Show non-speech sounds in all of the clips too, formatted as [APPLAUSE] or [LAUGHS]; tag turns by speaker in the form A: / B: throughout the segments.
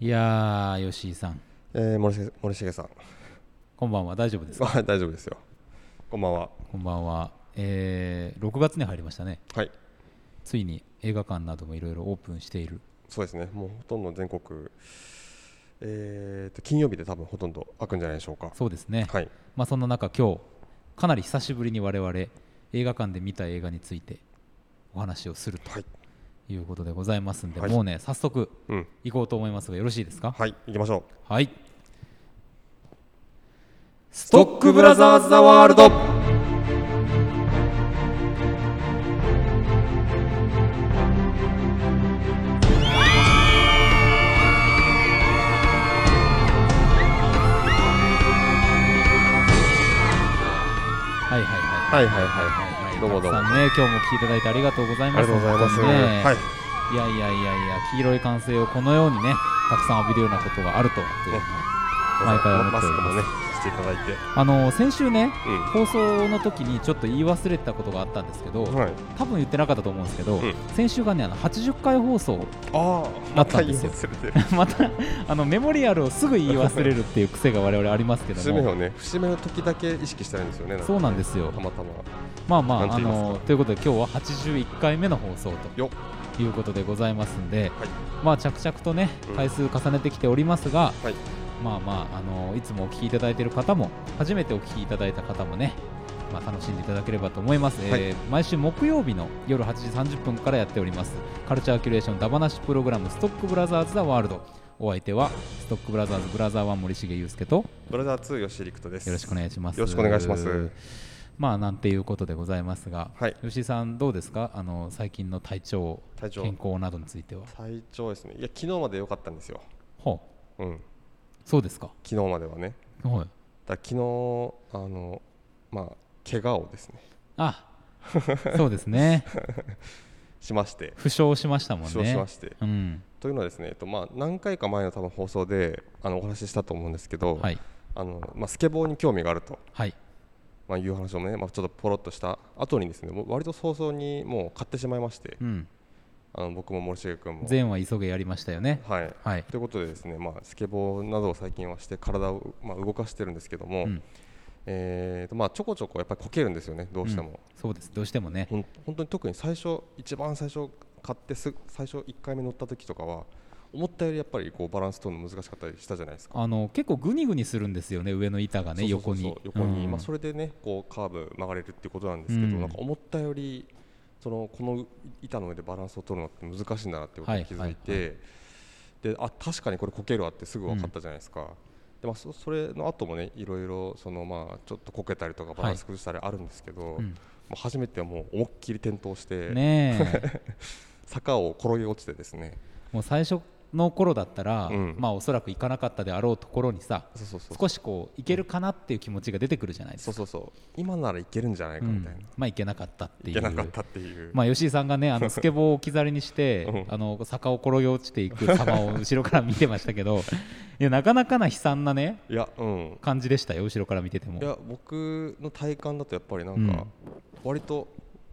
A: いやー、吉井さん、
B: えー、森重森重さん [LAUGHS]
A: こんばんは、大丈夫ですか
B: はい大丈夫ですよこんばんは
A: こんばんは。えー、6月に入りましたね。
B: はい
A: ついに映画館などもいろいろオープンしている。
B: そうですねもうほとんど全国えー、と金曜日で多分ほとんど開くんじゃないでしょうか
A: そうですね。
B: はい
A: まあそんな中、今日、かなり久しぶりに我々、映画館で見た映画についてお話をすると
B: はい
A: いうことでございますんで、
B: はい
A: もうね、早速
B: うん
A: 行こうと思いますが、よろしいですか
B: はい行きましょ
A: はい。ス
B: うトックブラザーズ・ザ・ワールド
A: はいはいはい。
B: はいはいはい
A: はい
B: は
A: はいい、
B: どうもどうも
A: たくさんね、今日も来ていただいてありがとうござい
B: あり
A: ま
B: が
A: す。
B: とうございます、
A: 本当にね
B: はい
A: いやいやいやいや、黄色い歓声をこのようにね、たくさん浴びるようなことがあると。毎回思
B: マ
A: ってお
B: ス
A: り
B: ク
A: ます
B: もねしていただいて
A: あの先週ね、
B: う
A: 放
B: ん
A: 送の時にちょっと言い忘れてたことがあったんですけど、
B: はい
A: 多分言ってなかったと思うんですけど、
B: うん
A: 先週がね、あの80回放送、
B: ああ
A: なったんですよ
B: また言い忘れて
A: またあのメモリアルをすぐ言い忘れるっていう癖が我々ありますけど
B: [LAUGHS] 節目
A: も。
B: をね節目の時だけ意識してないんですよね
A: そうなんですすよ
B: た。またま
A: まあま
B: な
A: あ、あ
B: んて言いますか
A: のということで今日は81回目の放送と
B: よ
A: いうことでございますんで、
B: はい
A: まあ着々とね
B: うん
A: 回数重ねてきておりますが、
B: はい
A: まあまああのいつもお聞きいただいている方も初めてお聞きいただいた方もね。まあ、楽しんでいただければと思います、えー毎週木曜日の夜8時30分からやっておりますカルチャーキュレーションダバなしプログラムストックブラザーズ・ザ・ワールドお相手はストックブラザーズブラザー1森重裕介と
B: ブラザー2吉陸斗です
A: よろしくお願いします。
B: よろしくお願いします。
A: まあなんていうことでございますが、
B: はい
A: 吉井さんどうですか？あの最近の体調、
B: 体調
A: 健康などについては。
B: 体調ですねいや昨日まで良かったんですよ
A: ほう、
B: うん
A: そうですか。
B: 昨日まではね
A: はい。
B: だ昨日あのまあ怪我をですね
A: あ、そうです
B: [LAUGHS]
A: ね。
B: しまして
A: 負傷しましたもんね。
B: 負傷しまして
A: うん。
B: というのはですね、えっとまあ、何回か前の多分放送であのお話ししたと思うんですけど、
A: はい
B: あのまあ、スケボーに興味があると、
A: はい。
B: まあ、いう話をね、まあ、ちょっとポロッとした後にですねもう割と早々にもう買ってしまいまして、
A: うん。
B: あの僕も森重君も。
A: 善は急げやりましたよね。
B: はい
A: はい。
B: ということでですね、まあ、スケボーなどを最近はして体を、まあ、動かしてるんですけども、
A: うん
B: えーとまあ、ちょこちょこやっぱりこけるんですよねどうしても、
A: んそうです。どうしてもね。
B: ほん本当に特に最初一番最初買ってす最初1回目乗った時とかは思ったよりやっぱりこうバランス取るの難しかったりしたじゃないですか。
A: あの結構グニグニするんですよね。上の板がね
B: そうそ
A: 横
B: うそう
A: に
B: そう。横に、
A: うん
B: まあ、それでねこうカーブ曲がれるっていうことなんですけど、
A: うん
B: なんか思ったよりそのこの板の上でバランスを取るのって難しいんだなってことに気づいて、
A: はい
B: であ確かにこれこけるわってすぐ分かったじゃないですか。でまあ、そそれの後もねいろいろそのまあちょっとこけたりとかバランス崩したりあるんですけど、
A: うん
B: もう初めてはもう思いっきり転倒して、
A: ねえ。
B: [LAUGHS] 坂を転げ落ちてですね
A: もう最初の頃だったら、
B: うん
A: まあおそらく行かなかったであろうところにさ
B: そうそうそう
A: 少しこういけるかなっていう気持ちが出てくるじゃないです
B: そう
A: か
B: そうそう今ならいけるんじゃないかみたいな、
A: うんまあいけなかったって
B: い
A: いう
B: けなかったっていう、
A: まあ吉井さんがねあ
B: [LAUGHS]
A: のスケボーを置き去りにして、
B: うん
A: あの坂を転げ落ちていく様を後ろから見てましたけ
B: [LAUGHS]
A: どいやなかなかな悲惨なね
B: いやうん
A: 感じでしたよ後ろから見てても
B: いや僕の体感だとやっぱりなんか、割と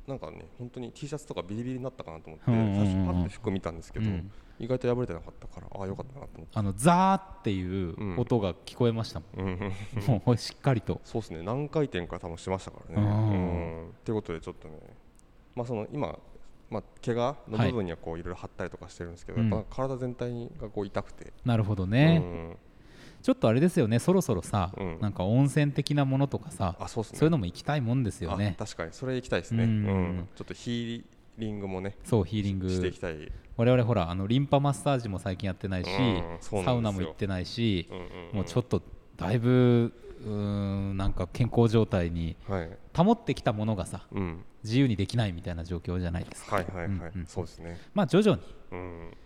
B: なんかね本当に T シャツとかビリビリになったかなと思って、
A: うんうんうんうん
B: 最初パッて服見たんですけど、
A: うん
B: 意外と破れてなかったからああよかったなと思って
A: あのザーっていう音が聞こえましたもん、
B: うんうん、
A: もうしっかりと
B: そうですね何回転か多分しましたか
A: あ
B: らね。
A: ー
B: うんということでちょっとね、まあ、その今、まあ、怪我の部分にはこういろいろ張ったりとかしてるんですけど、
A: うん
B: やっぱ体全体がこう痛くて、
A: なるほどね、
B: うん
A: ちょっとあれですよねそろそろさ、
B: うん
A: なんか温泉的なものとかさ
B: あそうですね
A: そういうのも行きたいもんですよね
B: あ確かにそれ行きたいですね、
A: う
B: うんんちょっとヒーリングもね
A: そうヒーリング
B: していきたい、うん
A: 我々ほらあのリンパマッサージも最近やってないし、
B: うんそうなんですよ
A: サウナも行ってないし、
B: うんうん
A: もうちょっとだいぶうーんなんか健康状態に
B: はい、
A: 保ってきたものがさ
B: うん、
A: 自由にできないみたいな状況じゃないですか
B: はいはいはい、
A: うんうん
B: そうですね、
A: まあ徐々に
B: うん、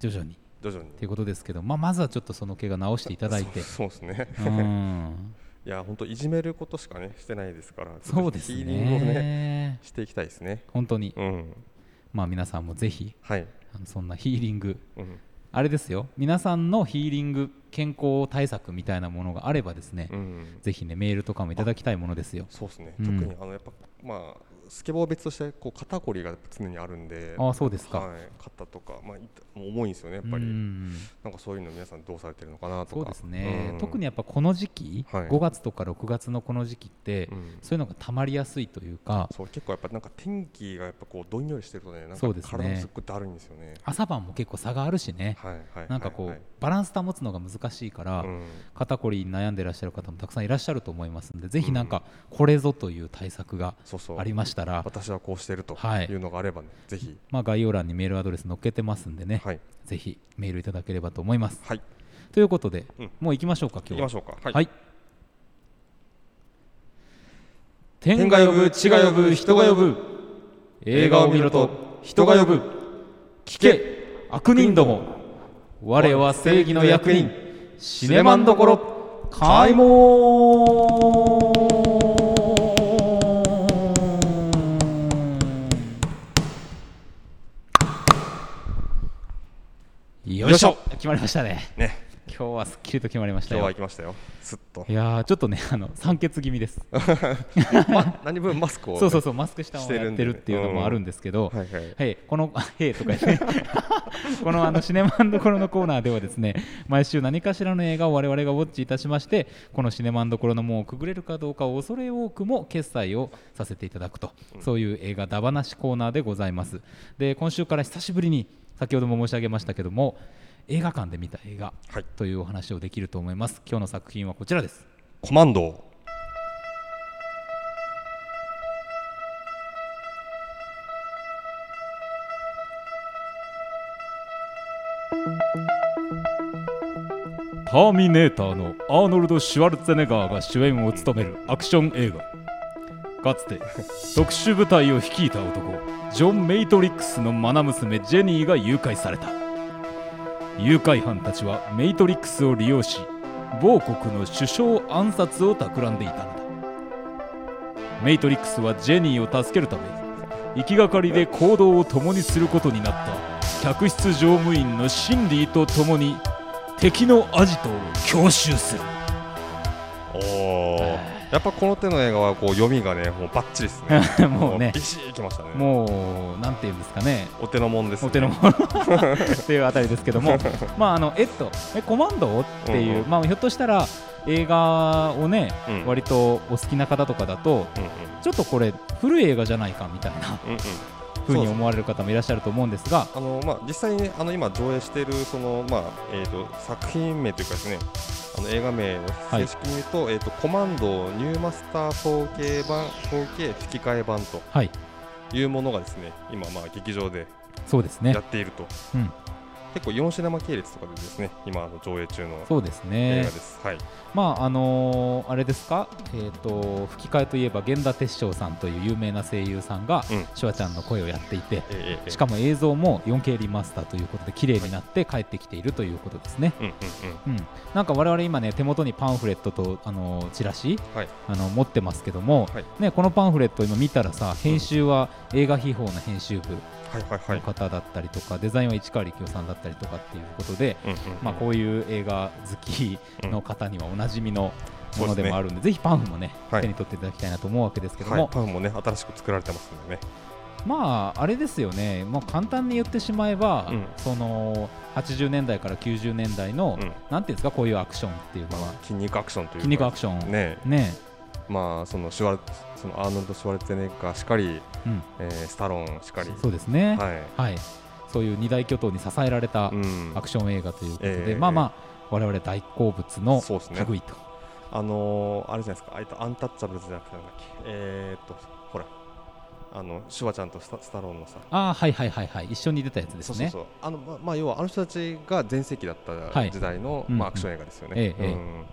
A: 徐々に
B: 徐々に
A: ということですけど、まあ、まずはちょっとその怪我治していただいて
B: [LAUGHS] そうそうですね、
A: うん
B: [LAUGHS] いや本当いじめることしかねしてないですから
A: そうです
B: ヒーリングをね
A: ね
B: していきたいですね
A: 本当に、
B: うん
A: まあ、皆さんもぜひ
B: はい、
A: あのそんなヒーリング
B: うん
A: あれですよ皆さんのヒーリング健康対策みたいなものがあればですね、
B: うん、
A: ぜひねメールとかもいただきたいものですよ。
B: そうですね、
A: うん
B: 特にあのやっぱまあスケボーは別としてこう肩こりが常にあるんで
A: ああそうですか、
B: はい、肩とか、まあ、い重いんですよねやっぱ
A: う
B: り
A: ん
B: なんかそういうの皆さんどうされてるのかなとか
A: そうですね、
B: うん
A: 特にやっぱこの時期、
B: はい
A: 5月とか6月のこの時期って、
B: うん
A: そういうのが溜まりやすいというか
B: そう結構やっぱなんか天気がやっぱこうどんよりしてるとねなん
A: そ
B: か
A: うですね
B: 体もすっごいだるいんですよね
A: 朝晩も結構差があるしね、
B: はいはいはいはい
A: なんかこう、バランス保つのが難しいから、
B: うん
A: 肩こりに悩んでらっしゃる方もたくさんいらっしゃると思いますので、ぜひなんかこれぞという対策が
B: そうそう
A: ありましたら、
B: 私はこうしてると
A: はい
B: いうのがあればねぜひ
A: まあ、概要欄にメールアドレス載っけてますんでね、
B: はい
A: ぜひメールいただければと思います。
B: はい
A: ということで、
B: うん
A: もう行きましょうか、
B: 行
A: 今
B: き
A: 日
B: ましょうか
A: は。
B: い
A: はい、天が呼ぶ、地が呼ぶ、人が呼ぶ、映画を見ろと、人が呼ぶ、聞け、悪人ども、我は正義の役人、シネマンどころ、開門よいしょ決まりましたね。
B: ね
A: 今日はすっきりと決まりました
B: 今日は
A: よ
B: 行。きましたよすっと
A: いやーちょっとねあの酸欠気味です。
B: ま何分マスクをね
A: そうそうそうマスクしたままやっ
B: しててる
A: るっ
B: んで
A: ていうのもあるんですけど、
B: うんはいはい
A: このあへいとかね [LAUGHS] このあのシネマンどころのコーナーではですね毎週何かしらの映画を我々がウォッチいたしましてこのシネマンどころの門をくぐれるかどうかを恐れ多くも決済をさせていただくと、そういう映画だ話コーナーでございますで今週から久しぶりに先ほども申し上げましたけども映画館で見た映画
B: はい
A: というお話をできると思います今日の作品はこちらです
B: コマンド
A: ターミネーターのアーノルド・シュワルツェネガーが主演を務めるアクション映画かつて特殊部隊を率いた男ジョン・メイトリックスの愛娘ジェニーが誘拐された誘拐犯たちはメイトリックスを利用し某国の首相暗殺を企んでいたのだメイトリックスはジェニーを助けるため行きがかりで行動を共にすることになった客室乗務員のシンディと共に敵のアジトを強襲する
B: おおやっぱこの手の映画はこう読みがねもうバッチリです
A: [LAUGHS]
B: ね
A: もうね
B: ビシッきましたね
A: もうなんていうんですかね
B: お手のもんですね
A: お手の [LAUGHS] 物っていうあたりですけどもまああのえっとえコマンドっていう、
B: うんうん
A: まあひょっとしたら映画をね、
B: うん
A: 割とお好きな方とかだと
B: うんうん
A: ちょっとこれ古い映画じゃないかみたい [LAUGHS] な
B: うんうん
A: 風に思われる方もいらっしゃると思うんですが
B: あのまあ、実際に、ね、あの今、上映しているその、まあえー、と作品名というかですねあの映画名の
A: い
B: 正式に言うと,、えー、とコマンドニューマスター総計版総計吹き替え版と
A: はい
B: いうものがですね今、まあ、劇場で
A: そうですね
B: やっていると、
A: うん
B: 結構4シネマ系列とかでですね今あの上映中の
A: そうです
B: 映
A: ね
B: 画です。はい、
A: まああのーあれですか、えー、と吹き替えといえば源田鉄章さんという有名な声優さんが、
B: うん
A: シュワちゃんの声をやっていて、
B: えーえーえー
A: しかも映像も 4K リマスターということで綺麗になって帰ってきているということですね。
B: うんうんう
A: う
B: ん
A: ん、なんか我々今ね手元にパンフレットとあのチラシ、
B: はい
A: あの持ってますけども、
B: はい
A: ねこのパンフレット今見たらさ編集は映画秘宝の編集部
B: はいはいは
A: の
B: い
A: 方だったりとか、デザインは市川力夫さんだったりとかっていうことで、
B: うんうん
A: まあこういう映画好きの方にはおなじみのものでもあるんで、ぜひパンフもね、
B: はい
A: 手に取っていただきたいなと思うわけですけども、
B: はい、パンもね新しく作られてますんでね。
A: まああれですよね、まあ、簡単に言ってしまえば、
B: うん
A: その80年代から90年代の、
B: うん
A: なんていうんですかこういうアクションっていうの
B: ま
A: は
B: あ、筋肉アクションというか
A: 筋肉アクションね
B: ねまあそのシュワルツそのアーノルド・シュワルツェネッガーしかり、
A: うん
B: えースタローンしかり
A: そうですねは、
B: はい
A: そういう二大巨頭に支えられた
B: うん
A: アクション映画ということで、
B: ええ
A: まあまあ我々大好物の
B: そうですね
A: 類と、
B: あのーあれじゃないですかあいつアンタッチャブルズじゃなくてなんだっけえー、っとほらあのシュワちゃんとスタスタローンのさ
A: ああはいはいはいはい一緒に出たやつです
B: そう
A: ね
B: そうそうあのままあ要はあの人たちが全盛期だっ
A: はい
B: た時代の、
A: うんうん
B: まあアクション映画ですよね。
A: ええええ
B: うん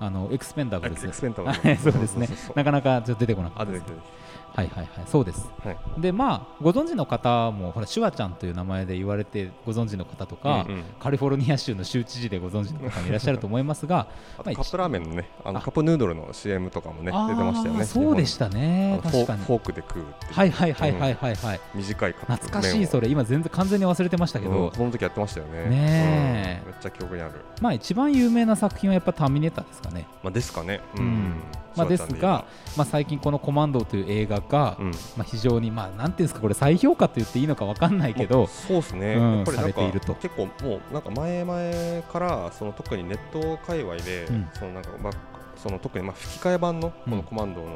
A: あのエクスペンダブ
B: エ
A: ル
B: ク
A: ズ
B: エクスペンタブルズ
A: はいそうですね
B: そうそうそう
A: なかなかちょっと出てこなか
B: あ
A: った
B: 出
A: で
B: て
A: す
B: きてる
A: はいはいはいそうです
B: はい
A: でまあご存知の方もほらシュワちゃんという名前で言われてご存知の方とか、
B: うんうん
A: カリフォルニア州の州知事でご存知の方もいらっしゃると思いますが
B: [LAUGHS] あ
A: まあ
B: とカップラーメンのねあの
A: あ
B: カップヌードルの CM とかもね
A: あー
B: 出てましたよね
A: そうでした
B: 日
A: ね
B: 本にあのフ
A: 確
B: ォ
A: かに
B: フォークで食うっていう
A: はいはいはいはいはいはい、
B: 短いカップ麺を
A: 懐かしいそれ今全然完全に忘れてましたけど、
B: うんその時やってましたよね
A: ねえ
B: うんめっちゃ記憶にある、
A: まあ一番有名な作品はやっぱ「ターミネーター」ですかね
B: まあ、ですかね、
A: うんまあ、ですが、まあ、最近この「コマンド」という映画が、
B: うん
A: まあ、非常に、まあ、なんていうんですかこれ再評価と言っていいのかわかんないけ
B: もう
A: ど、
B: そうですね、
A: うん
B: やっぱりな
A: さ
B: ん
A: れていると
B: か結構もうなんか前々からその特にネット界隈で、
A: うん
B: そのなんかまあその特にまあ吹き替え版のこ
A: うん
B: のコマンドの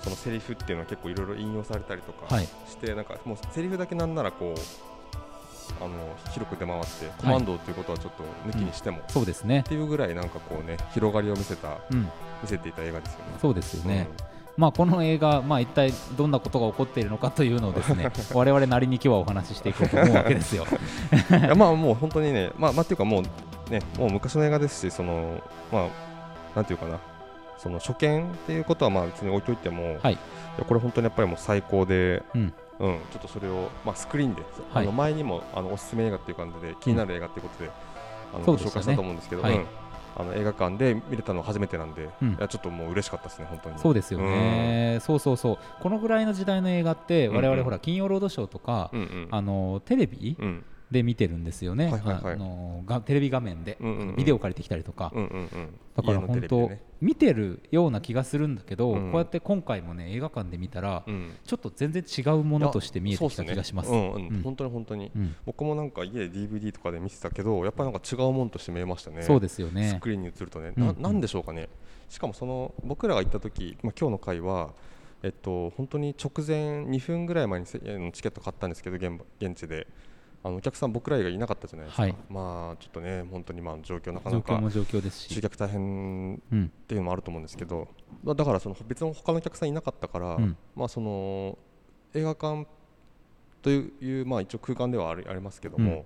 B: そのセリフっていうのは結構いろいろ引用されたりとか
A: はい
B: して、なんかもうセリフだけなんならこうあの広く出回ってコマンドということはちょっと抜きにしても、っ
A: そうですね、
B: ていうぐらいなんかこうね広がりを見せた
A: うん、
B: 見せていた映画ですよね。
A: そうですよね、まあ、この映画、まあ、一体どんなことが起こっているのかというのをです
B: [LAUGHS]
A: ね我々なりに今日はお話ししていこうと思うわけですよ。
B: うんいやまあもう本当にねまあまあっていうかもうねもう昔の映画ですしそのまあなんていうかなその初見っていうことはまあ別に置いといても、
A: はい
B: やこれ本当にやっぱりもう最高で、
A: うん
B: うんちょっとそれを、まあ、スクリーンで、
A: はい
B: あの前にもあのおすすめ映画っていう感じで気になる映画っていうことで、あの
A: そ
B: ご
A: うでしたね
B: 紹介したと思うんですけど、
A: はい
B: うんあの映画館で見れたの初めてなんで、
A: うん
B: いやちょっともう嬉しかったですね本当に
A: そうですよね、そうそうそうこのぐらいの時代の映画って我
B: うんう
A: 々
B: ん
A: ほら金曜ロードショーとか、
B: うんうん
A: あのテレビ
B: うん
A: で見てるんですよね、
B: はいはいはい
A: あのがテレビ画面で、
B: うんうんうん
A: ビデオ借りてきたりとか、
B: うんうんうん
A: だから
B: 家のテ
A: 本
B: レビ
A: 当、
B: でね
A: 見てるような気がするんだけど、
B: うん
A: こうやって今回もね映画館で見たら、
B: うん
A: ちょっと全然違うものとして見えてきた気がします。
B: そうっねうんうん
A: うん
B: 本当に本当に、
A: うん
B: 僕もなんか家で DVD とかで見てたけどやっぱりなんか違うもんとして見えましたね
A: そうですよ
B: ス
A: ね
B: クリーンに映るとね、
A: うん
B: な
A: うん
B: なんでしょうかねしかもその僕らが行った時、まあ、今日の会はえっと本当に直前2分ぐらい前にせあのチケット買ったんですけど現場現地であのお客さん僕ら以外いなかったじゃないですか、
A: はい
B: まあちょっとね本当にまあ状況なか
A: 状
B: な
A: 況
B: か
A: も状況です
B: 集
A: し、
B: 客大変っ
A: うん、
B: ていうのもあると思うんですけどまあだからその別の他のお客さんいなかったから、
A: うん
B: まあその映画館といういうまあ一応空間ではありありますけども、
A: うん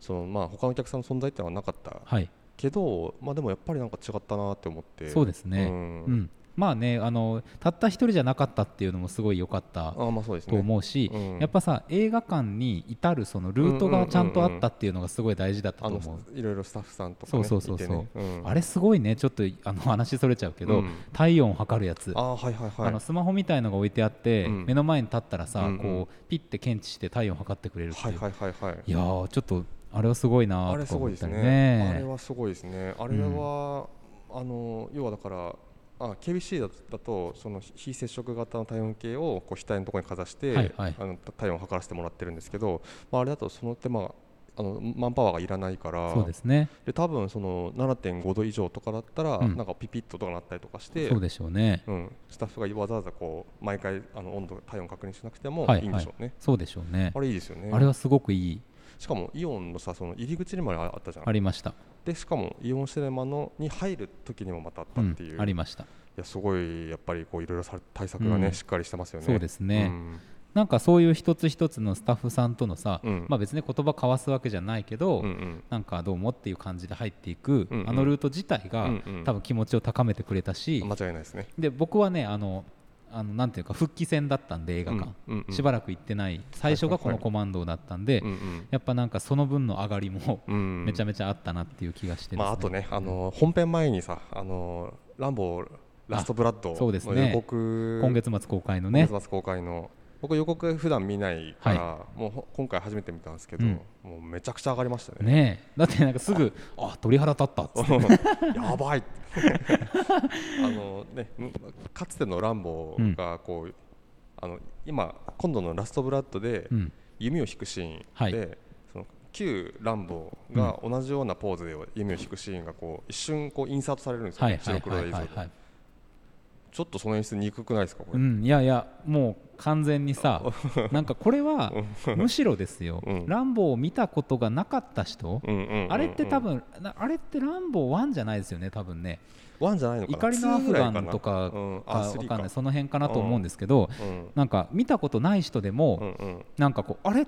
B: そのまあ他のお客さんの存在っていうのはなかった
A: はい、
B: けど、まあでもやっぱりなんか違ったなって思って
A: そうですね、
B: うん
A: うん、まあねあのたった一人じゃなかったっていうのもすごい良かった
B: ああまあそうです
A: と
B: ね
A: 思うし、
B: うん
A: やっぱさ映画館に至るそのルートがちゃんとあったっていうのがすごい大事だったと
B: あ
A: 思う,、
B: のいろいろスタッフさんとか、ね、
A: そうそうそうそう
B: いてねうん
A: あれすごいねちょっとあの話それちゃうけど、
B: うん
A: 体温を測るやつ
B: ああはいはいはい
A: あのスマホみたいのが置いてあって、
B: うん
A: 目の前に立ったらさ、
B: うんうん
A: こうピッて検知して体温測ってくれるっていう、
B: はいはいはいはい
A: いやーちょっとあれはすごいな
B: あ
A: ーと
B: れ
A: か
B: すご
A: 思っ
B: いです
A: たり
B: ね
A: ね
B: あれはすごいですねあれは、あの要はだからあ KBC だだとその非接触型の体温計をこう額のところにかざして、
A: はいはい
B: あの体温を測らせてもらってるんですけど、まあ、あれだとその手間あのマンパワーがいらないから
A: そうですね
B: で多分その7.5度以上とかだったら、
A: うん
B: なんかピピッととかなったりとかして
A: そうでしょうね、
B: うん、スタッフがわざわざこう毎回あの温度体温確認しなくても
A: はい
B: いいんでしょうね、
A: そうでしょうね
B: あれいいですよね
A: あれはすごくいい
B: しかもイオンのさその入り口にもあったじゃん
A: ありました
B: でしかもイオンシネマのに入る時にもまたあった
A: う
B: っていう、
A: ん、あり
B: い
A: ました
B: やすごいやっぱりこういろいろされ対策がね、
A: うん
B: しっかりしてますよね。
A: そうですね
B: うん
A: なんかそういう一つ一つのスタッフさんとのさ、
B: うん
A: まあ、別に言葉交わすわけじゃないけど、
B: うんうん
A: なんかどうもっていう感じで入っていく、
B: うんうん
A: あのルート自体が、
B: うんうん
A: 多分気持ちを高めてくれたし、
B: 間違いないですね。
A: で僕はねあのあのなんていうか復帰戦だったんで映画館、
B: うんうんうん
A: しばらく行ってない最初がこのコマンドだったんで、
B: うんうん
A: やっぱなんかその分の上がりも
B: うん
A: めちゃめちゃあったなっていう気がしてです、ね
B: まああとねあの本編前にさあのランボーラストブラッド
A: あそうです
B: の
A: ね
B: 予告
A: 今月末公開のね
B: 今月末公開の僕予告普段見ないから、もうほ今回初めて見たんですけど、
A: うん
B: もうめちゃくちゃ上がりましたね。
A: ねえだってなんかすぐあ鳥肌立ったっつって
B: [LAUGHS] やばいあの、ね、むかつてのランボーがこう、あの今今度の「ラストブラッド」で
A: うん
B: 弓を引くシーンで、
A: はい
B: その旧ランボーが同じようなポーズで弓を引くシーンがこう一瞬こうインサートされるんですよ、
A: はい
B: ね
A: は
B: 白
A: い
B: 黒
A: は
B: 映
A: い
B: 像
A: は
B: で
A: い、はい
B: ちょっとその演出憎くないですかこ
A: う
B: れ、
A: ん、いやいやもう完全に
B: [LAUGHS]
A: さなんかこれはむしろですよ、
B: うん
A: ランボーを見たことがなかった人、
B: うんうんうんうん
A: あれって多分なあれってランボー1じゃないですよね多分ね
B: ワンじゃないのかな
A: 怒りのア
B: ツー
A: フ
B: ぐらい
A: ガンとか
B: う
A: か
B: ん、
A: わ
B: あスリー
A: かんないその辺かなと思うんですけど、
B: うん
A: なんか見たことない人でも、
B: うんうん
A: なんかこうあれ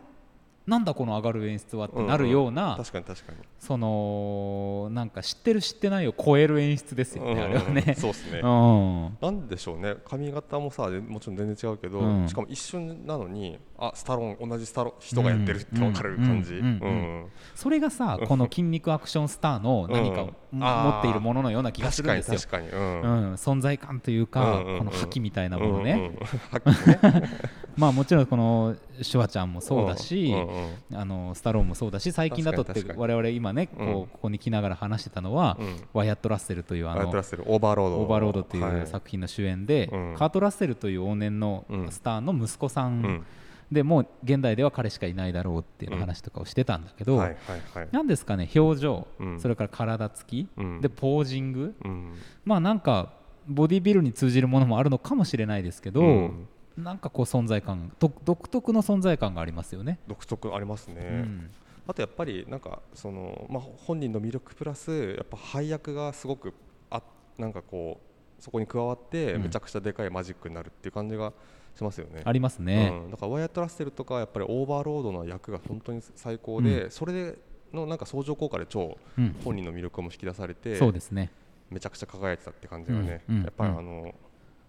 A: なんだこの上がる演出はってなるような、
B: 確かに確かに
A: そのなんか知ってる知ってないを超える演出ですよね、あれは
B: うんうんうん
A: ね。
B: そうですね
A: うん
B: なんでしょうね髪型もさもちろん全然違うけど、
A: うん
B: しかも一瞬なのにあスタローン同じスタローン人がやってるって分かる感じ
A: うんうんうんそれがさこの筋肉アクションスターの何かを
B: うん
A: 持っているもののような気がす
B: 確
A: るん
B: か
A: で
B: に
A: すよ。
B: 確かにうん
A: うん、存在感というか、
B: うんうんうん
A: この覇気みたいなもの
B: うんうん
A: ね、
B: はっきりね
A: [LAUGHS] まあもちろんこのシュワちゃんもそうだし、
B: うんうん
A: あのスタローンもそうだし最近だとって
B: 確かに確かに
A: 我々今ねこ
B: うん
A: うここに来ながら話してたのは、
B: うん
A: ワイアット・ラッセルというあ
B: ワイ
A: の
B: トラッセルオーバーロード
A: オーバーロードという
B: は
A: 作品の主演で、
B: うん
A: カート・ラッセルという往年のスターの息子さ
B: い
A: ん、
B: うん
A: でもう現代では彼しかいないだろうっていう話とかをしてたんだけど、
B: はいはいはい
A: なんですかね表情、
B: うん
A: それから体つき、
B: うん
A: でポージング
B: うん
A: まあなんかボディビルに通じるものもあるのかもしれないですけど、
B: うん
A: なんかこう存在感独独特の存在感がありますよね。
B: 独特ありますね、
A: うん
B: あとやっぱりなんかその、まあ、本人の魅力プラスやっぱ配役がすごくあなんかこうそこに加わって
A: うん
B: めちゃくちゃでかいマジックになるっていう感じがしますよね。
A: ありますね。
B: うん、だからワイアット・ラッセルとかはやっぱりオーバーロードの役が本当に最高で、
A: う
B: それでのなんか相乗効果で超
A: うん
B: 本人の魅力も引き出されて、
A: そうですね。
B: めちゃくちゃ輝いてたって感じがね、
A: うんうん
B: やっぱり
A: うん
B: あの、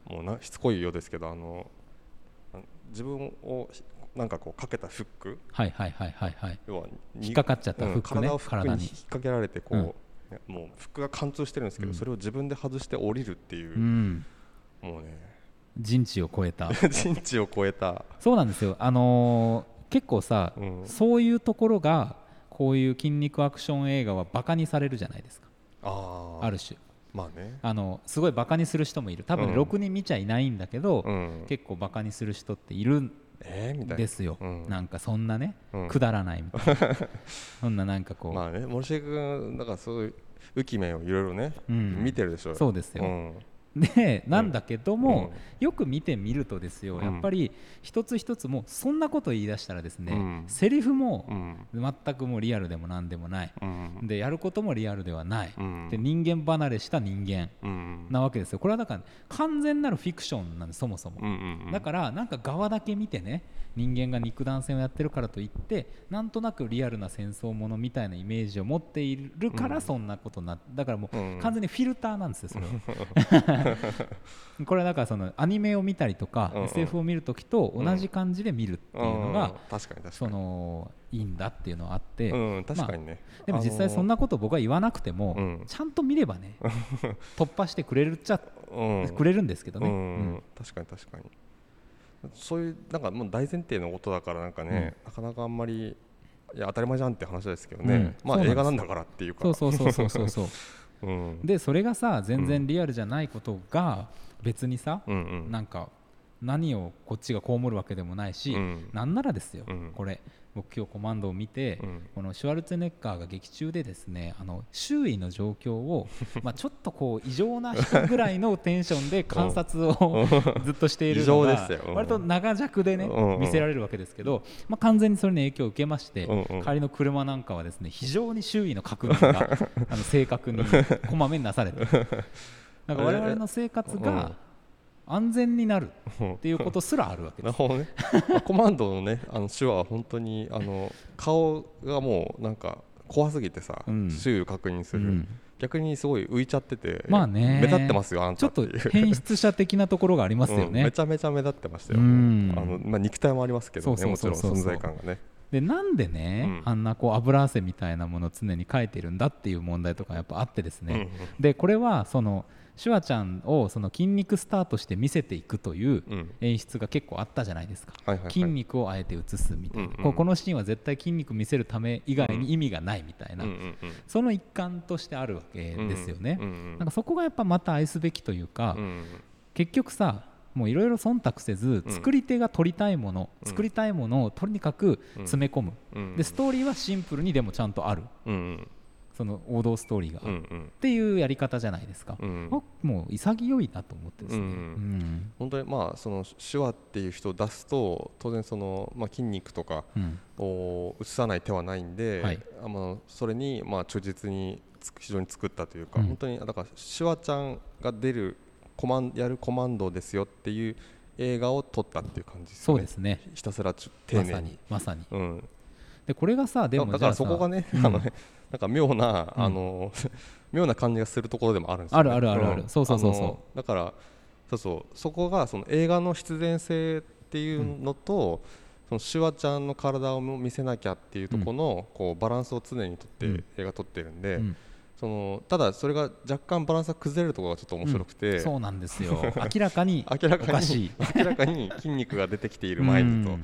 B: もうなしつこいようですけどあのあ自分をひなんかこうかけたフック
A: はいはいはいはいはい。
B: 要はに
A: 引っかかっちゃった
B: うん
A: フックね
B: 体をフック
A: 体に
B: に引っ掛けられてこう、ねもうフックが貫通してるんですけど、
A: うん
B: それを自分で外して降りるっていう
A: う、ん。
B: もうね [LAUGHS]
A: 人知を超えた。
B: 人知を超えた、
A: そうなんですよ。あのー結構さ、
B: うん
A: そういうところがこういう筋肉アクション映画はバカにされるじゃないですか。
B: あー
A: ある種
B: まあね
A: あのすごいバカにする人もいる。多
B: う
A: 分
B: ん
A: ろくに見ちゃいないんだけど、
B: うん
A: 結構バカにする人っているん
B: えー、みたいな
A: ですよ。
B: うん
A: なんかそんなね、
B: うん
A: くだらないみたいな。
B: [LAUGHS]
A: そんななんかこう。
B: まあね森重君だからそういう浮き面をいろいろね、
A: うん
B: 見てるでしょ
A: そうですよ
B: ん
A: でなんだけども、
B: うん
A: よく見てみるとですよ、
B: うん
A: やっぱり一つ一つもうそんなこと言い出したらですね、
B: うん
A: セリフも
B: うん
A: 全くもうリアルでも何でもない、
B: うん
A: でやることもリアルではない、
B: うん
A: で人間離れした人間
B: うん
A: なわけですよこれはだから完全なるフィクションなんですそもそも、
B: うんうんうん
A: だからなんか側だけ見てね人間が肉弾戦をやってるからといってなんとなくリアルな戦争ものみたいなイメージを持っているか
B: う
A: ら
B: ん
A: そんなことになっだからもう
B: うん
A: 完全にフィルターなんですよそれは [LAUGHS]
B: [LAUGHS]
A: これはだからそのアニメを見たりとか
B: うんうん
A: SF を見るときと同じ感じで見るっていうの
B: うん
A: が
B: 確かに確かに
A: そのいいんだっていうのはあって
B: うん確かにね、
A: でも実際そん
B: な、
A: なこと僕は言わなくても
B: うん
A: ちゃんと見ればね突破してくれるっちゃ
B: うん、
A: くれるんですけどね。
B: う
A: うん
B: ん、確かに確かにそういうなんかもう大前提のことだからなんかね、なかなかあんまりいや当たり前じゃんって話ですけどね、
A: うん
B: ま
A: そ
B: あ
A: うなんです
B: 映画なんだからっていうか
A: そうそうそうそうそうそう
B: う、ん、
A: でそれがさ全然リアルじゃないことが別にさ、
B: うんうん
A: なんか何をこっちが被るわけでもないし、
B: うん
A: なんならですよ、
B: うん
A: これ僕今日コマンドを見て、
B: うん
A: このシュワルツェネッガーが劇中でですねあの周囲の状況をまあちょっとこう異常な人ぐらいのテンションで観察を
B: [LAUGHS]
A: ずっとしているの
B: 異常
A: が
B: ですようん
A: 割と長尺でね
B: うんうん
A: 見せられるわけですけど、まあ、完全にそれに影響を受けまして
B: うんうん
A: 帰りの車なんかはですね非常に周囲の確認
B: [LAUGHS]
A: があの正確にこまめになされてなんか我々の生活が安全になるっていうことすらあるわけ
B: [LAUGHS] な
A: です。
B: るほどねコマンドのねあの手話は本当にあの顔がもうなんか怖すぎてさ、
A: うん
B: 周囲を確認する、
A: うん
B: 逆にすごい浮いちゃってて、
A: まあね
B: 目立ってますよあん
A: ちょ
B: た
A: ってと
B: いう
A: 変質者的なところがありますよ
B: うん
A: ね
B: め。ちゃめちゃ目立ってましたよ、
A: うん
B: あのまあ、肉体もありますけど
A: そ
B: ね
A: う
B: もち
A: そう
B: ろん
A: そうそう
B: 存在感がね
A: でなんでね、
B: うん
A: あんなこう油汗みたいなものを常に描いてるんだっていう問題とかやっぱあってですね、
B: うんうん
A: でこれはそのシュワちゃんをその筋肉スターとして見せていくという
B: うん
A: 演出が結構あったじゃないですか、
B: はいはいはい
A: 筋肉をあえて映すみたいな、
B: うんうん
A: こうこのシーンは絶対筋肉見せるため以外に意味がないみたいな、
B: うんうんうん
A: その一環としてあるわけですよね、
B: うんうん
A: なんかそこがやっぱまた愛すべきというか、
B: うん
A: 結局さもういろいろ忖度せず
B: うん
A: 作り手が取りたいもの、
B: うん
A: 作りたいものをとにかく詰め込む、
B: うん
A: でストーリーはシンプルにでもちゃんとある
B: うん
A: その王道ストーリーが、
B: うん
A: っ
B: うん
A: ていうやり方じゃないですか、
B: うん
A: 僕もう潔いなと思ってですね、
B: うん本当にまあその手話っていう人を出すと当然そのまあ筋肉とか
A: うんうん
B: を移さない手はないんで、
A: はい
B: あのそれにまあ忠実につ非常に作ったというか、
A: うん
B: 本当にだから手話ちゃんが出るコマンやるコマンドですよっていう映画を撮ったっていう感じです
A: そ
B: よ
A: う
B: ね
A: ですね
B: ひたすらちょ丁
A: ま
B: 寧
A: さ
B: に
A: に。まさに
B: うん、
A: でこれがさでも
B: だ
A: じ
B: か
A: ゃ
B: ら
A: あさ
B: そこがね、
A: うん
B: あのねなんか妙な、
A: うん
B: あの [LAUGHS] 妙な感じがするところでもあるんですよ、ね、
A: あるあるあるあるそうそうそうそう
B: あのだからそうそうそこがその映画の必然性っていうのと、そのシュワちゃんの体を見せなきゃっていうところの、こうバランスを常にとって、
A: うん
B: 映画撮ってるんで、
A: うん
B: そのただそれが若干バランスが崩れるところがちょっと面白くて、
A: そうなんですよ
B: [LAUGHS]
A: 明らかに
B: 明ら
A: お
B: か
A: かし
B: に
A: い
B: 明らかに筋肉が出てきている前に
A: う
B: と
A: ん、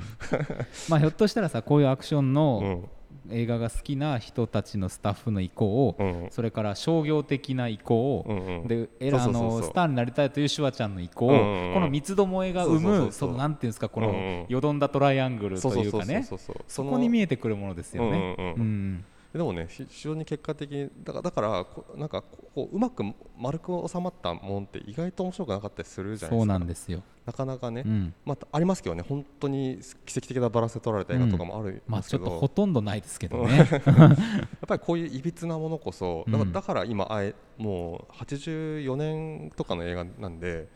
A: まあひょっとしたらさこう [LAUGHS] いうアクション
B: う
A: の
B: ん
A: 映画が好きな人たちのスタッフの意向を、
B: うん
A: それから商業的な意向を、
B: うんうん、
A: でエ
B: そう
A: ラー
B: そうそうそう
A: のスターになりたいというシュワちゃんの意向、
B: うんうんうん
A: この三つどもえが生
B: そうそうそうそ
A: む
B: う
A: そのなんていうんですかこ
B: うん
A: の
B: うん
A: よどんだトライアングル
B: そ
A: と
B: うそ
A: いう
B: うそう
A: か
B: そう
A: ね
B: そうそう
A: そ
B: の
A: こに見えてくるものですよね。
B: うんうん
A: う
B: うんんでもね非非常に結果的にだからだからこうなんかこうこううまく丸く収まったもんって意外と面白くなかったりするじゃない
A: そう
B: ですか
A: なんですよ、
B: なかなかね、
A: うん
B: まあ、ありますけどね本当に奇跡的なバランスで撮られた映画とかもあるん
A: まあ
B: です
A: ちょ
B: け
A: っ
B: ど、
A: とほとんどないですけどね。
B: やっぱりこういういびつなものこそだか
A: う
B: ら
A: ん
B: だから今あえもう84年とかの映画なんで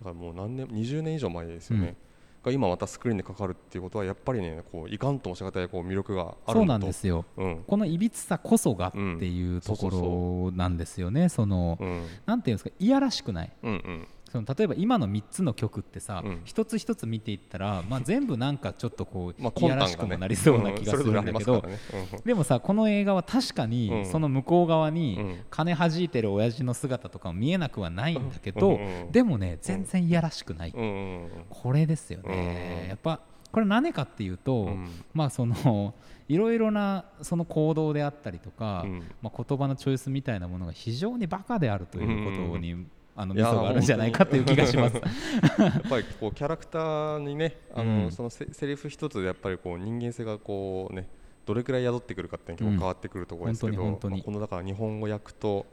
B: だからもう何年20年以上前ですよね、が今またスクリーンでかかるっていうことはやっぱりねこういかんともしがたいこう魅力があると
A: そうなんですよ
B: うん
A: このいびつさこそがっていうと
B: うんそう
A: ころなんですよね。その
B: うん
A: なんていうんですかいやらしくない
B: うんうん
A: その例えば今の3つの曲ってさ、
B: うん
A: 一つ一つ見ていったら、まあ、全部なんかちょっとこう、
B: まあ
A: いや
B: 魂胆
A: ら
B: が
A: しく
B: ね
A: もなりそうな気がするんだ
B: う
A: け
B: それ
A: ど
B: ぞれありますからねうん
A: でもさこの映画は確か
B: う
A: に
B: ん
A: その向こう側に
B: うん
A: 金弾いてる親父の姿とかも見えなくはないんだけ
B: う
A: ど
B: んうんうん
A: でもね全然いやらしくない
B: うんうんうん
A: これですよ
B: う
A: ね
B: ん
A: やっぱこれ何かっていうと
B: うん
A: まあその [LAUGHS] いろいろなその行動であったりとか
B: うん
A: まあ言葉のチョイスみたいなものが非常にバカであるということにあの
B: い
A: 味
B: や
A: 噌があるんじゃないかという気がします。
B: やっぱりこうキャラクターにねあの、
A: うん
B: そのセセリフ一つでやっぱりこう人間性がこうねどれくらい宿ってくるかっていうの
A: うん
B: は結構変わってくるところですけ
A: 本
B: ど、
A: 当に本当に
B: まあこのだから日本語訳と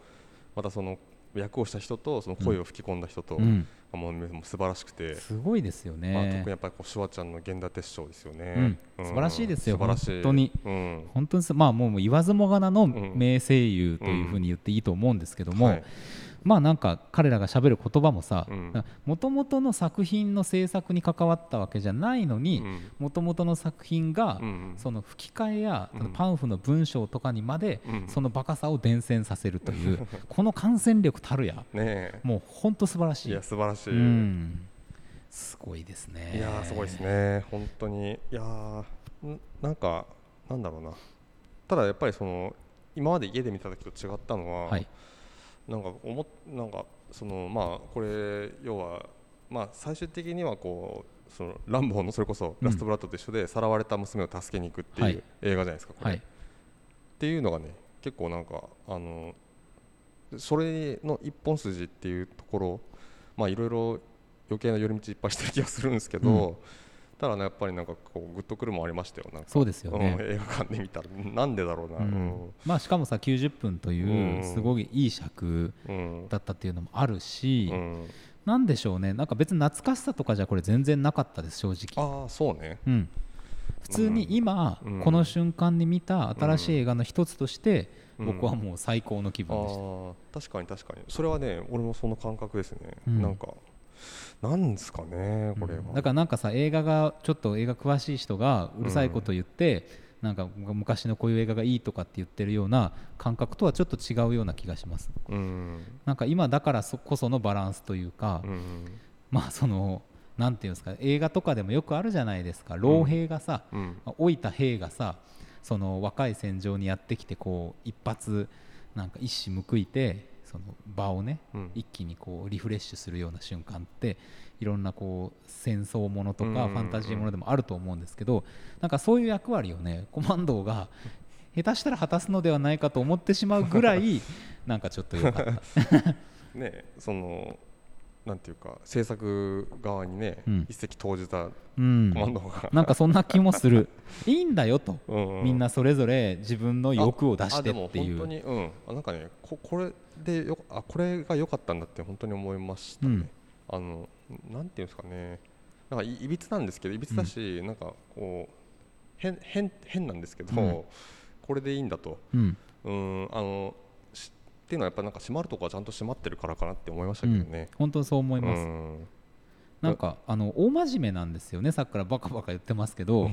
B: またその役をした人とその声を吹き込んだ人と、
A: うん
B: もうもう素晴らしくて、
A: すごいですよ
B: まあ、特
A: ね。
B: にやっぱりこうシュワちゃんの源田鉄章ですよね、
A: うん素晴らしいですよ
B: 素晴らしい
A: 本当に
B: うん
A: 本当にすまあもうもう言わずもがなの
B: ん
A: 名声優というふうに言っていいと思うんですけども、
B: はい
A: まあなんか彼らが喋る言葉もさ
B: うん
A: もともとの作品の制作に関わったわけじゃないの
B: う
A: に
B: ん
A: もともとの作品が
B: うん
A: その吹き替えや
B: うん
A: そのパンフの文章とかにまで
B: うん
A: そのバカさを伝染させるという
B: [LAUGHS]
A: この感染力たるや
B: ね
A: もう本当素晴ら
B: え
A: し
B: い
A: い
B: や。素晴らしい、
A: うんすごいですね。
B: いやーすごいです。ね、本当に。いやーんなんか、なんだろうな、ただやっぱりその今まで家で見た時と違ったのは、
A: はい。
B: なんか思っなんかそのまあこれ要はまあ最終的にはこうそのランボーのそれこそ
A: うん
B: ラストブラッドと一緒でさらわれた娘を助けに行くってい
A: は
B: う
A: い
B: 映画じゃないですか。これ
A: はい。
B: っていうのがね結構なんかあのそれの一本筋っていうところまあいろいろ余計な寄り道いっぱいしてる気がするんですけど、
A: うん
B: ただねやっぱりなんかこうグッとくるもんありましたよなんか
A: そうですよね。
B: うん映画館で見たらなんでだろうな
A: う
B: うんん、
A: まあ、しかもさ90分といううんすごいいい尺
B: うん
A: だったっていうのもあるし、
B: うん
A: なんでしょうねなんか別に懐かしさとかじゃこれ全然なかったです正直、
B: ああそうね
A: うん、普通に今、
B: うん
A: この瞬間に見た新しい映画の一つとして、
B: うん
A: 僕はもう最高の気
B: あ
A: 分でした、
B: ー確かに確かにそれはね俺もその感覚ですね、
A: うん
B: なんかなんですかねこれは、
A: うんだからなんかさ映画がちょっと映画詳しい人がうるさいこと言って、なんか昔のこういう映画がいいとかって言ってるような感覚とはちょっと違うような気がします
B: うん
A: なんか今だからそこそのバランスというか、
B: うん
A: まあそのなんていうんですか映画とかでもよくあるじゃないですか老兵がさ、
B: うん
A: 老いた兵がさその若い戦場にやってきてこう一発なんか一矢報いてその場をね
B: うん
A: 一気にこうリフレッシュするような瞬間っていろんなこう戦争ものと
B: うんうん
A: か
B: うん
A: ファンタジーものでもあると思うんですけどなんかそういう役割をねコマンドーが下手したら果たすのではないかと思ってしまうぐらいなんかちょっと良か
B: [LAUGHS]
A: った。
B: ねそのなんていうか制作側にね、
A: うん
B: 一石投じたコ
A: うん
B: マンドが、
A: なんかそんな気もするいいんだよと、
B: うんうん
A: みんなそれぞれ自分の欲を出して
B: ああ
A: ってい
B: でも本当
A: う
B: にうんあなんかねここれでよあこれが良かったんだって本当に思いましたね、あのなんていうんですかねなんかいいびつなんですけどいびつだし、なんかこう変変変なんですけど、
A: うん
B: これでいいんだと
A: うん
B: うんあのしっていうのはやっぱなんか閉まるとこはちゃんと閉まってるからかなって思いまし
A: う
B: たけど
A: ん
B: ね、
A: 本当にそう思
B: う
A: います、
B: ん
A: なんかあの大真面目なんですよねさっきからバカバカ言ってますけど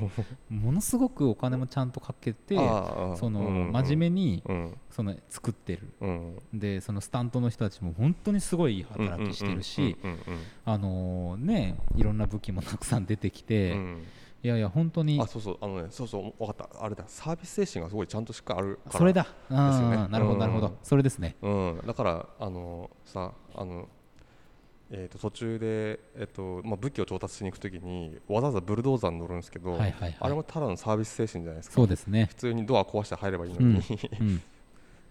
A: ものすごくお金もちゃんとかけて
B: ああ
A: その、
B: うんうん
A: 真面目に
B: うん
A: その作ってる
B: うん
A: でそのスタントの人たちも本当にすごいいい働きしてるし、
B: うんうんうんうん
A: あのーねいろんな武器もたくさん出てきて、
B: うん
A: いやいや本当に
B: あそうそうあのねそうそう分かったあれだサービス精神がすごいちゃんとしっかりあるから
A: それだうん
B: ですよね
A: なるほ
B: う
A: ど
B: ん
A: なるほどそれですね
B: うん、だからあのさあの、えー、と途中で、えっとまあ、武器を調達しに行くときにわざわざブルドーザーに乗るんですけど、
A: はいはい
B: あ
A: は
B: れ
A: い
B: もただのサービス精神じゃないですか
A: そうですね
B: [LAUGHS] 普通にドア壊して入ればいい [LAUGHS] のに、
A: うん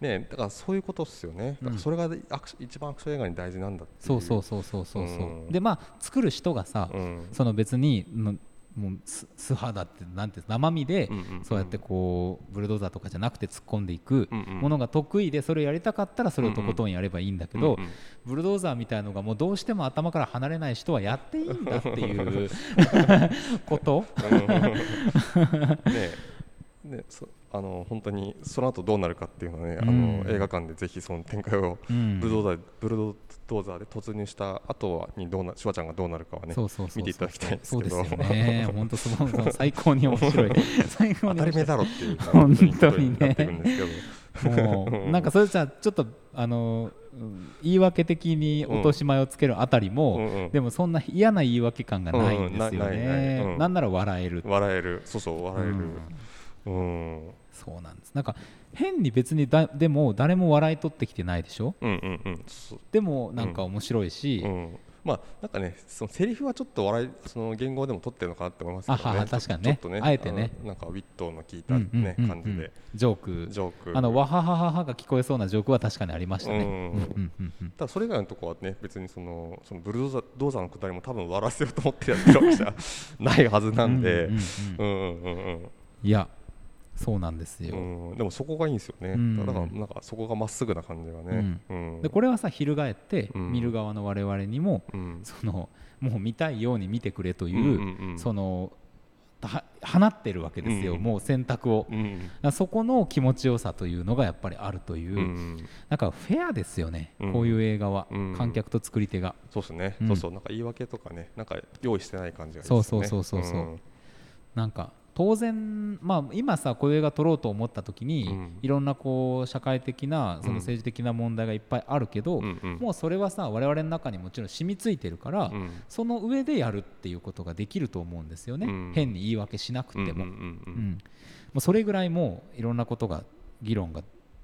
B: ねだからそういうことっすよねだからそれがアクシ一番アクション映画に大事なんだっていう
A: そうそうそうそうそうそううんでまあ作る人がさ
B: うん
A: その別にのもう素素肌ってなんて生身で
B: うんうん
A: そうやってこうブルドーザーとかじゃなくて突っ込んでいく
B: うんうん
A: ものが得意でそれをやりたかったらそれをとことんやればいいんだけど
B: うんうん
A: ブルドーザーみたいのがもうどうしても頭から離れない人はやっていいんだっていう
B: [LAUGHS]
A: こと
B: うん [LAUGHS] ねねそあの本当にその後どうなるかっていうのはね、あ
A: うん
B: の映画館でぜひその展開を
A: うん
B: ブルドーザー、ブルドーザーで突入した後にどうなシュワちゃんがどうなるかはね
A: そうそうそうそう
B: 見ていただきたいんです
A: そう
B: け
A: で
B: ど
A: すよ
B: [LAUGHS]
A: ね本当そのその最高に面白い最高
B: 当
A: に
B: た
A: 面白
B: り前
A: い
B: だろっていうか
A: 本当にね
B: 本当になってるんですけど
A: もうなんかそれじゃちょっとあのうん言い訳的に落とし前をつけるあたりも、
B: うんうん
A: でもそんな嫌な言い訳感がないんですよ
B: うんうんなない
A: ね、
B: ないうん
A: なんなら笑える
B: 笑えるそうそう笑えるうんうん
A: そうなんですなんか変に別にだでも誰も笑い取ってきてないでしょ
B: うんうんそう
A: でもなんか面白いし、
B: うんまあなんかねそのセリフはちょっと笑いその言語でも取ってるのかなって思いますけどね
A: あはは
B: ちょ
A: 確かにね
B: ちょっとね
A: あえてね
B: のなんかウィットの効いた
A: うん
B: ね
A: うんうんうん
B: 感じで
A: ジョーク
B: ジョーク
A: あのわははははが聞こえそうなジョークは確かにありましたね。
B: うん
A: うんうんうん
B: ただそれ以外のとこはね別にそのそのブルドーザードーザーのくだりも多分笑わせようと思ってやってるわけじゃ [LAUGHS] ないはずなんで
A: うんうんう
B: うんうんうん
A: うんいやそうなんですよ。
B: うんうんでもそこがいいんですよね
A: うん
B: だからなんかそこがまっすぐな感じがねうん
A: でこれはさ翻って
B: うん
A: 見る側の我々にも、
B: うん
A: そのもう見たいように見てくれという,、
B: うんうんうん
A: そのは放ってるわけですよ、
B: うんうん
A: もう選択を。
B: うんうん
A: だからそこの気持ちよさというのがやっぱりあるという、
B: うん
A: なんかフェアですよね、
B: うん
A: こういう映画は、
B: うん
A: 観客と作り手が
B: そうですね
A: うん
B: そうそうなんか言い訳とかねなんか用意してない感じがいい
A: そう
B: です
A: そ
B: よ
A: う
B: ね
A: そうそうそう
B: うん
A: なんか当然、まあ、今さこういう映画撮ろうと思った時に、
B: うん
A: いろんなこう社会的なその
B: うん
A: 政治的な問題がいっぱいあるけど、
B: うんうん
A: もうそれはさ我々の中にもちろん染みついてるから、
B: うん
A: その上でやるっていうことができると思うんですよね、
B: うん
A: 変に言い訳しなくても,、
B: うんうんう
A: うんんもうそれぐらいもういろんなことが議論が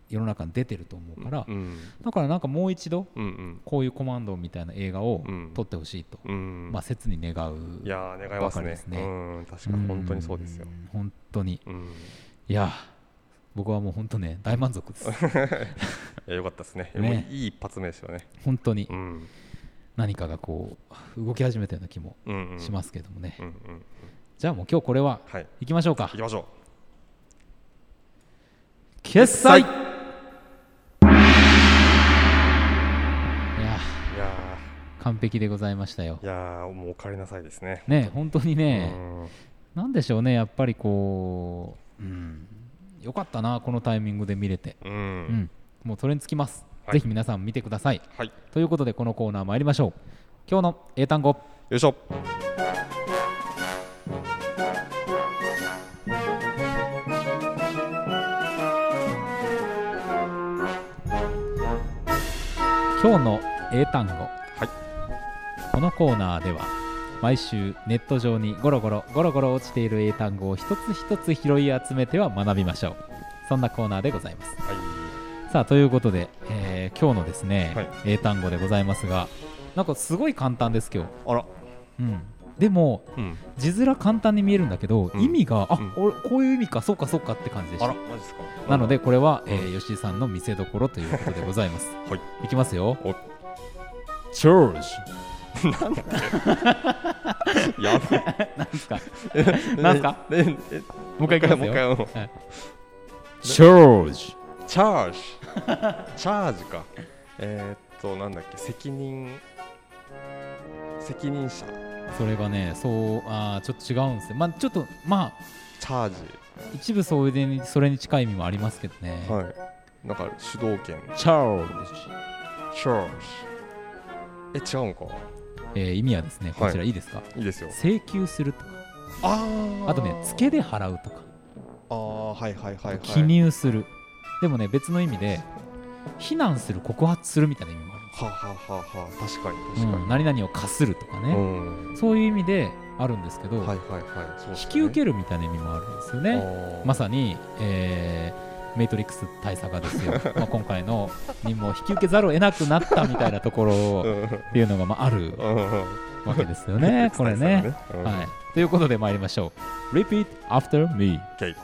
A: 世の中に出てると思うから、
B: うん
A: だからなんかもう一度
B: うんうん
A: こういうコマンドみたいな映画を
B: うん
A: 撮ってほしいと、
B: うん
A: まあ、切に願う
B: いやー願います
A: ばかりで
B: ね
A: すね
B: うん確かに本当にそうですよ
A: ん本当に
B: うん
A: いや僕はもう本当ね大満足
B: [LAUGHS]
A: です
B: いやよかったですね
A: ね
B: もういい一発目ですよね
A: 本当に
B: うん
A: 何かがこう動き始めたような気も
B: うんうん
A: しますけどもね、
B: うんうん
A: じゃあもう今日これは
B: はい
A: 行きましょうか
B: 行きましょう
A: 決済いや
B: いや
A: 完璧でございましたよ
B: ーいやーもうお帰りなさいですね
A: ね本当にね、
B: うん
A: なんでしょうねやっぱりこう、うん、よかったなこのタイミングで見れて、
B: う
A: うんん、もうそれにつきます、
B: はい
A: ぜひ皆さん見てください
B: はい
A: ということでこのコーナー参りましょう今日の英単語
B: よいしょ
A: 今日の英単語
B: はい
A: このコーナーでは毎週ネット上にゴロゴロゴロゴロ落ちている英単語を一つ一つ拾い集めては学びましょうそんなコーナーでございます
B: は
A: さあということで、えー今日のですね、
B: はい
A: 英単語でございますがなんかすごい簡単です今日、
B: いあら
A: うん、でも
B: うん
A: 字面簡単に見えるんだけど、
B: うん
A: 意味があ、
B: うん
A: 俺こういう意味かそうかそうかって感じでし
B: あら
A: た
B: マジですか
A: なのでこれは、えー
B: う
A: 吉井さんの見せどころということでございます、、
B: [LAUGHS] はい
A: きますよ
B: お
A: チョージ
B: やばい
A: [LAUGHS] なんですか
B: え
A: なんすか
B: [LAUGHS] えええ
A: もう一回いきます
B: もう
A: よ
B: 一回うん
A: チョージ
B: チャー [LAUGHS] ジチャージかえーっとなんだっけ責任責任者
A: それがねそうあーちょっと違うんですよまあちょっとまあ
B: チャージ
A: 一部それにそれに近い意味もありますけどね、
B: はいなんか主導権
A: チャージ、
B: チャージえ違うのか
A: えー意味はですねこちらいいですか、
B: いいですよ
A: 請求するとか
B: ああ
A: あとね付けで払うとか
B: ああはいはいはいはい
A: 記入するでもね別の意味で非難する告発するみたいな意味もあるんです
B: はあ、はあはあはあ、確かに
A: う
B: 確かに、
A: ん、何々を課するとかね、
B: うん
A: そういう意味であるんですけど、
B: はいはいはいそうですね、
A: 引き受けるみたいな意味もあるんですよ
B: あ
A: ね。
B: ー
A: まさに、えーメイトリックス大佐が
B: [LAUGHS]
A: ですよまあ今回の任務を引き受けざるを得なくなったみたいなとこ
B: う
A: ろ
B: ん
A: っていうのがまあある
B: うん
A: わけですよねこれね。、
B: は
A: はい、ということで参りましょう。Repeat after me.
B: い。OK。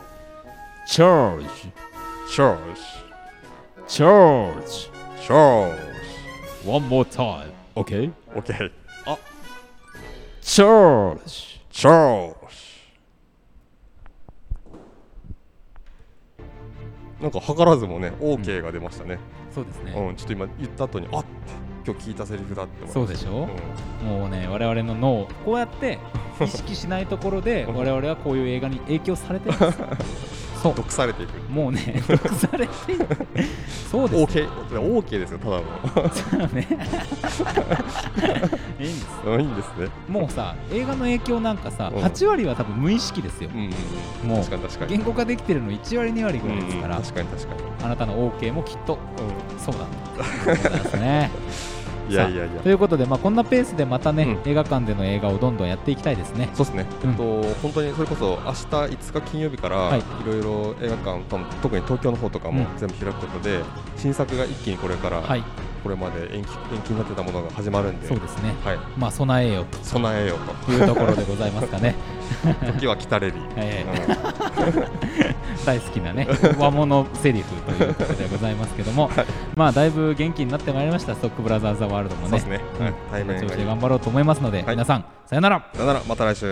A: Charge,
B: ショー
A: charge.
B: シ、ショー
A: One more time. Okay.
B: シ。OK。あ、
A: Charge.
B: ショーシ。なんか図らずもね、OK が出ましたね。
A: そうですね。
B: うん、ちょっと今言った後に、あっ、今日聞いたセリフだって思いました。
A: そうでしょ
B: ん。
A: もうね我々の脳こうやって意識しないところで我々はこういう映画に影響されてるん
B: [LAUGHS]
A: ですよそう
B: 毒されていく。
A: もうね [LAUGHS] 毒されてるそうです
B: OK。OK ですよ、ただの。
A: よね [LAUGHS] いいんです
B: うんいいんですね。
A: もうさ映画の影響なんかさ
B: うん
A: 8割は多分無意識ですよ
B: うんうんうん。
A: もう
B: 確かに確かに。
A: 言語化できてるの1割2割ぐらいですから
B: うん確かに確か
A: あなたの OK もきっと
B: に。
A: そうだったとい
B: [LAUGHS]
A: うことなんですね
B: うん。いやいやいや
A: と。いうことで、まあ、こんなペースでまたね、
B: うん
A: 映画館での映画をどんどんやっていきたいですね
B: そうですね、
A: うん
B: えっと、本当にそれこそ明日5日金曜日から、
A: はい
B: いろいろ映画館多分特に東京の方とか
A: う
B: も
A: ん
B: 全部開くことで、新作が一気にこれから、
A: はい
B: これまで延期延期になってたものが始まるんで
A: そうですね
B: はい、
A: まあ備えようと
B: 備えよう
A: というところでございますか
B: [LAUGHS]
A: ね。
B: と時は来たれり、
A: ええ
B: うん
A: 大好きなね、和物セリフということでございますけども、まあだいぶ元気になってまいりました、ストックブラザーズ・ザ・ワールドも
B: そうで
A: ね
B: す、ね、
A: う
B: は
A: ん
B: い対面
A: 調
B: が
A: 子
B: い
A: で
B: い
A: 頑張ろうと思いますので、
B: はい
A: 皆さん、さよなら。
B: さよならまた来週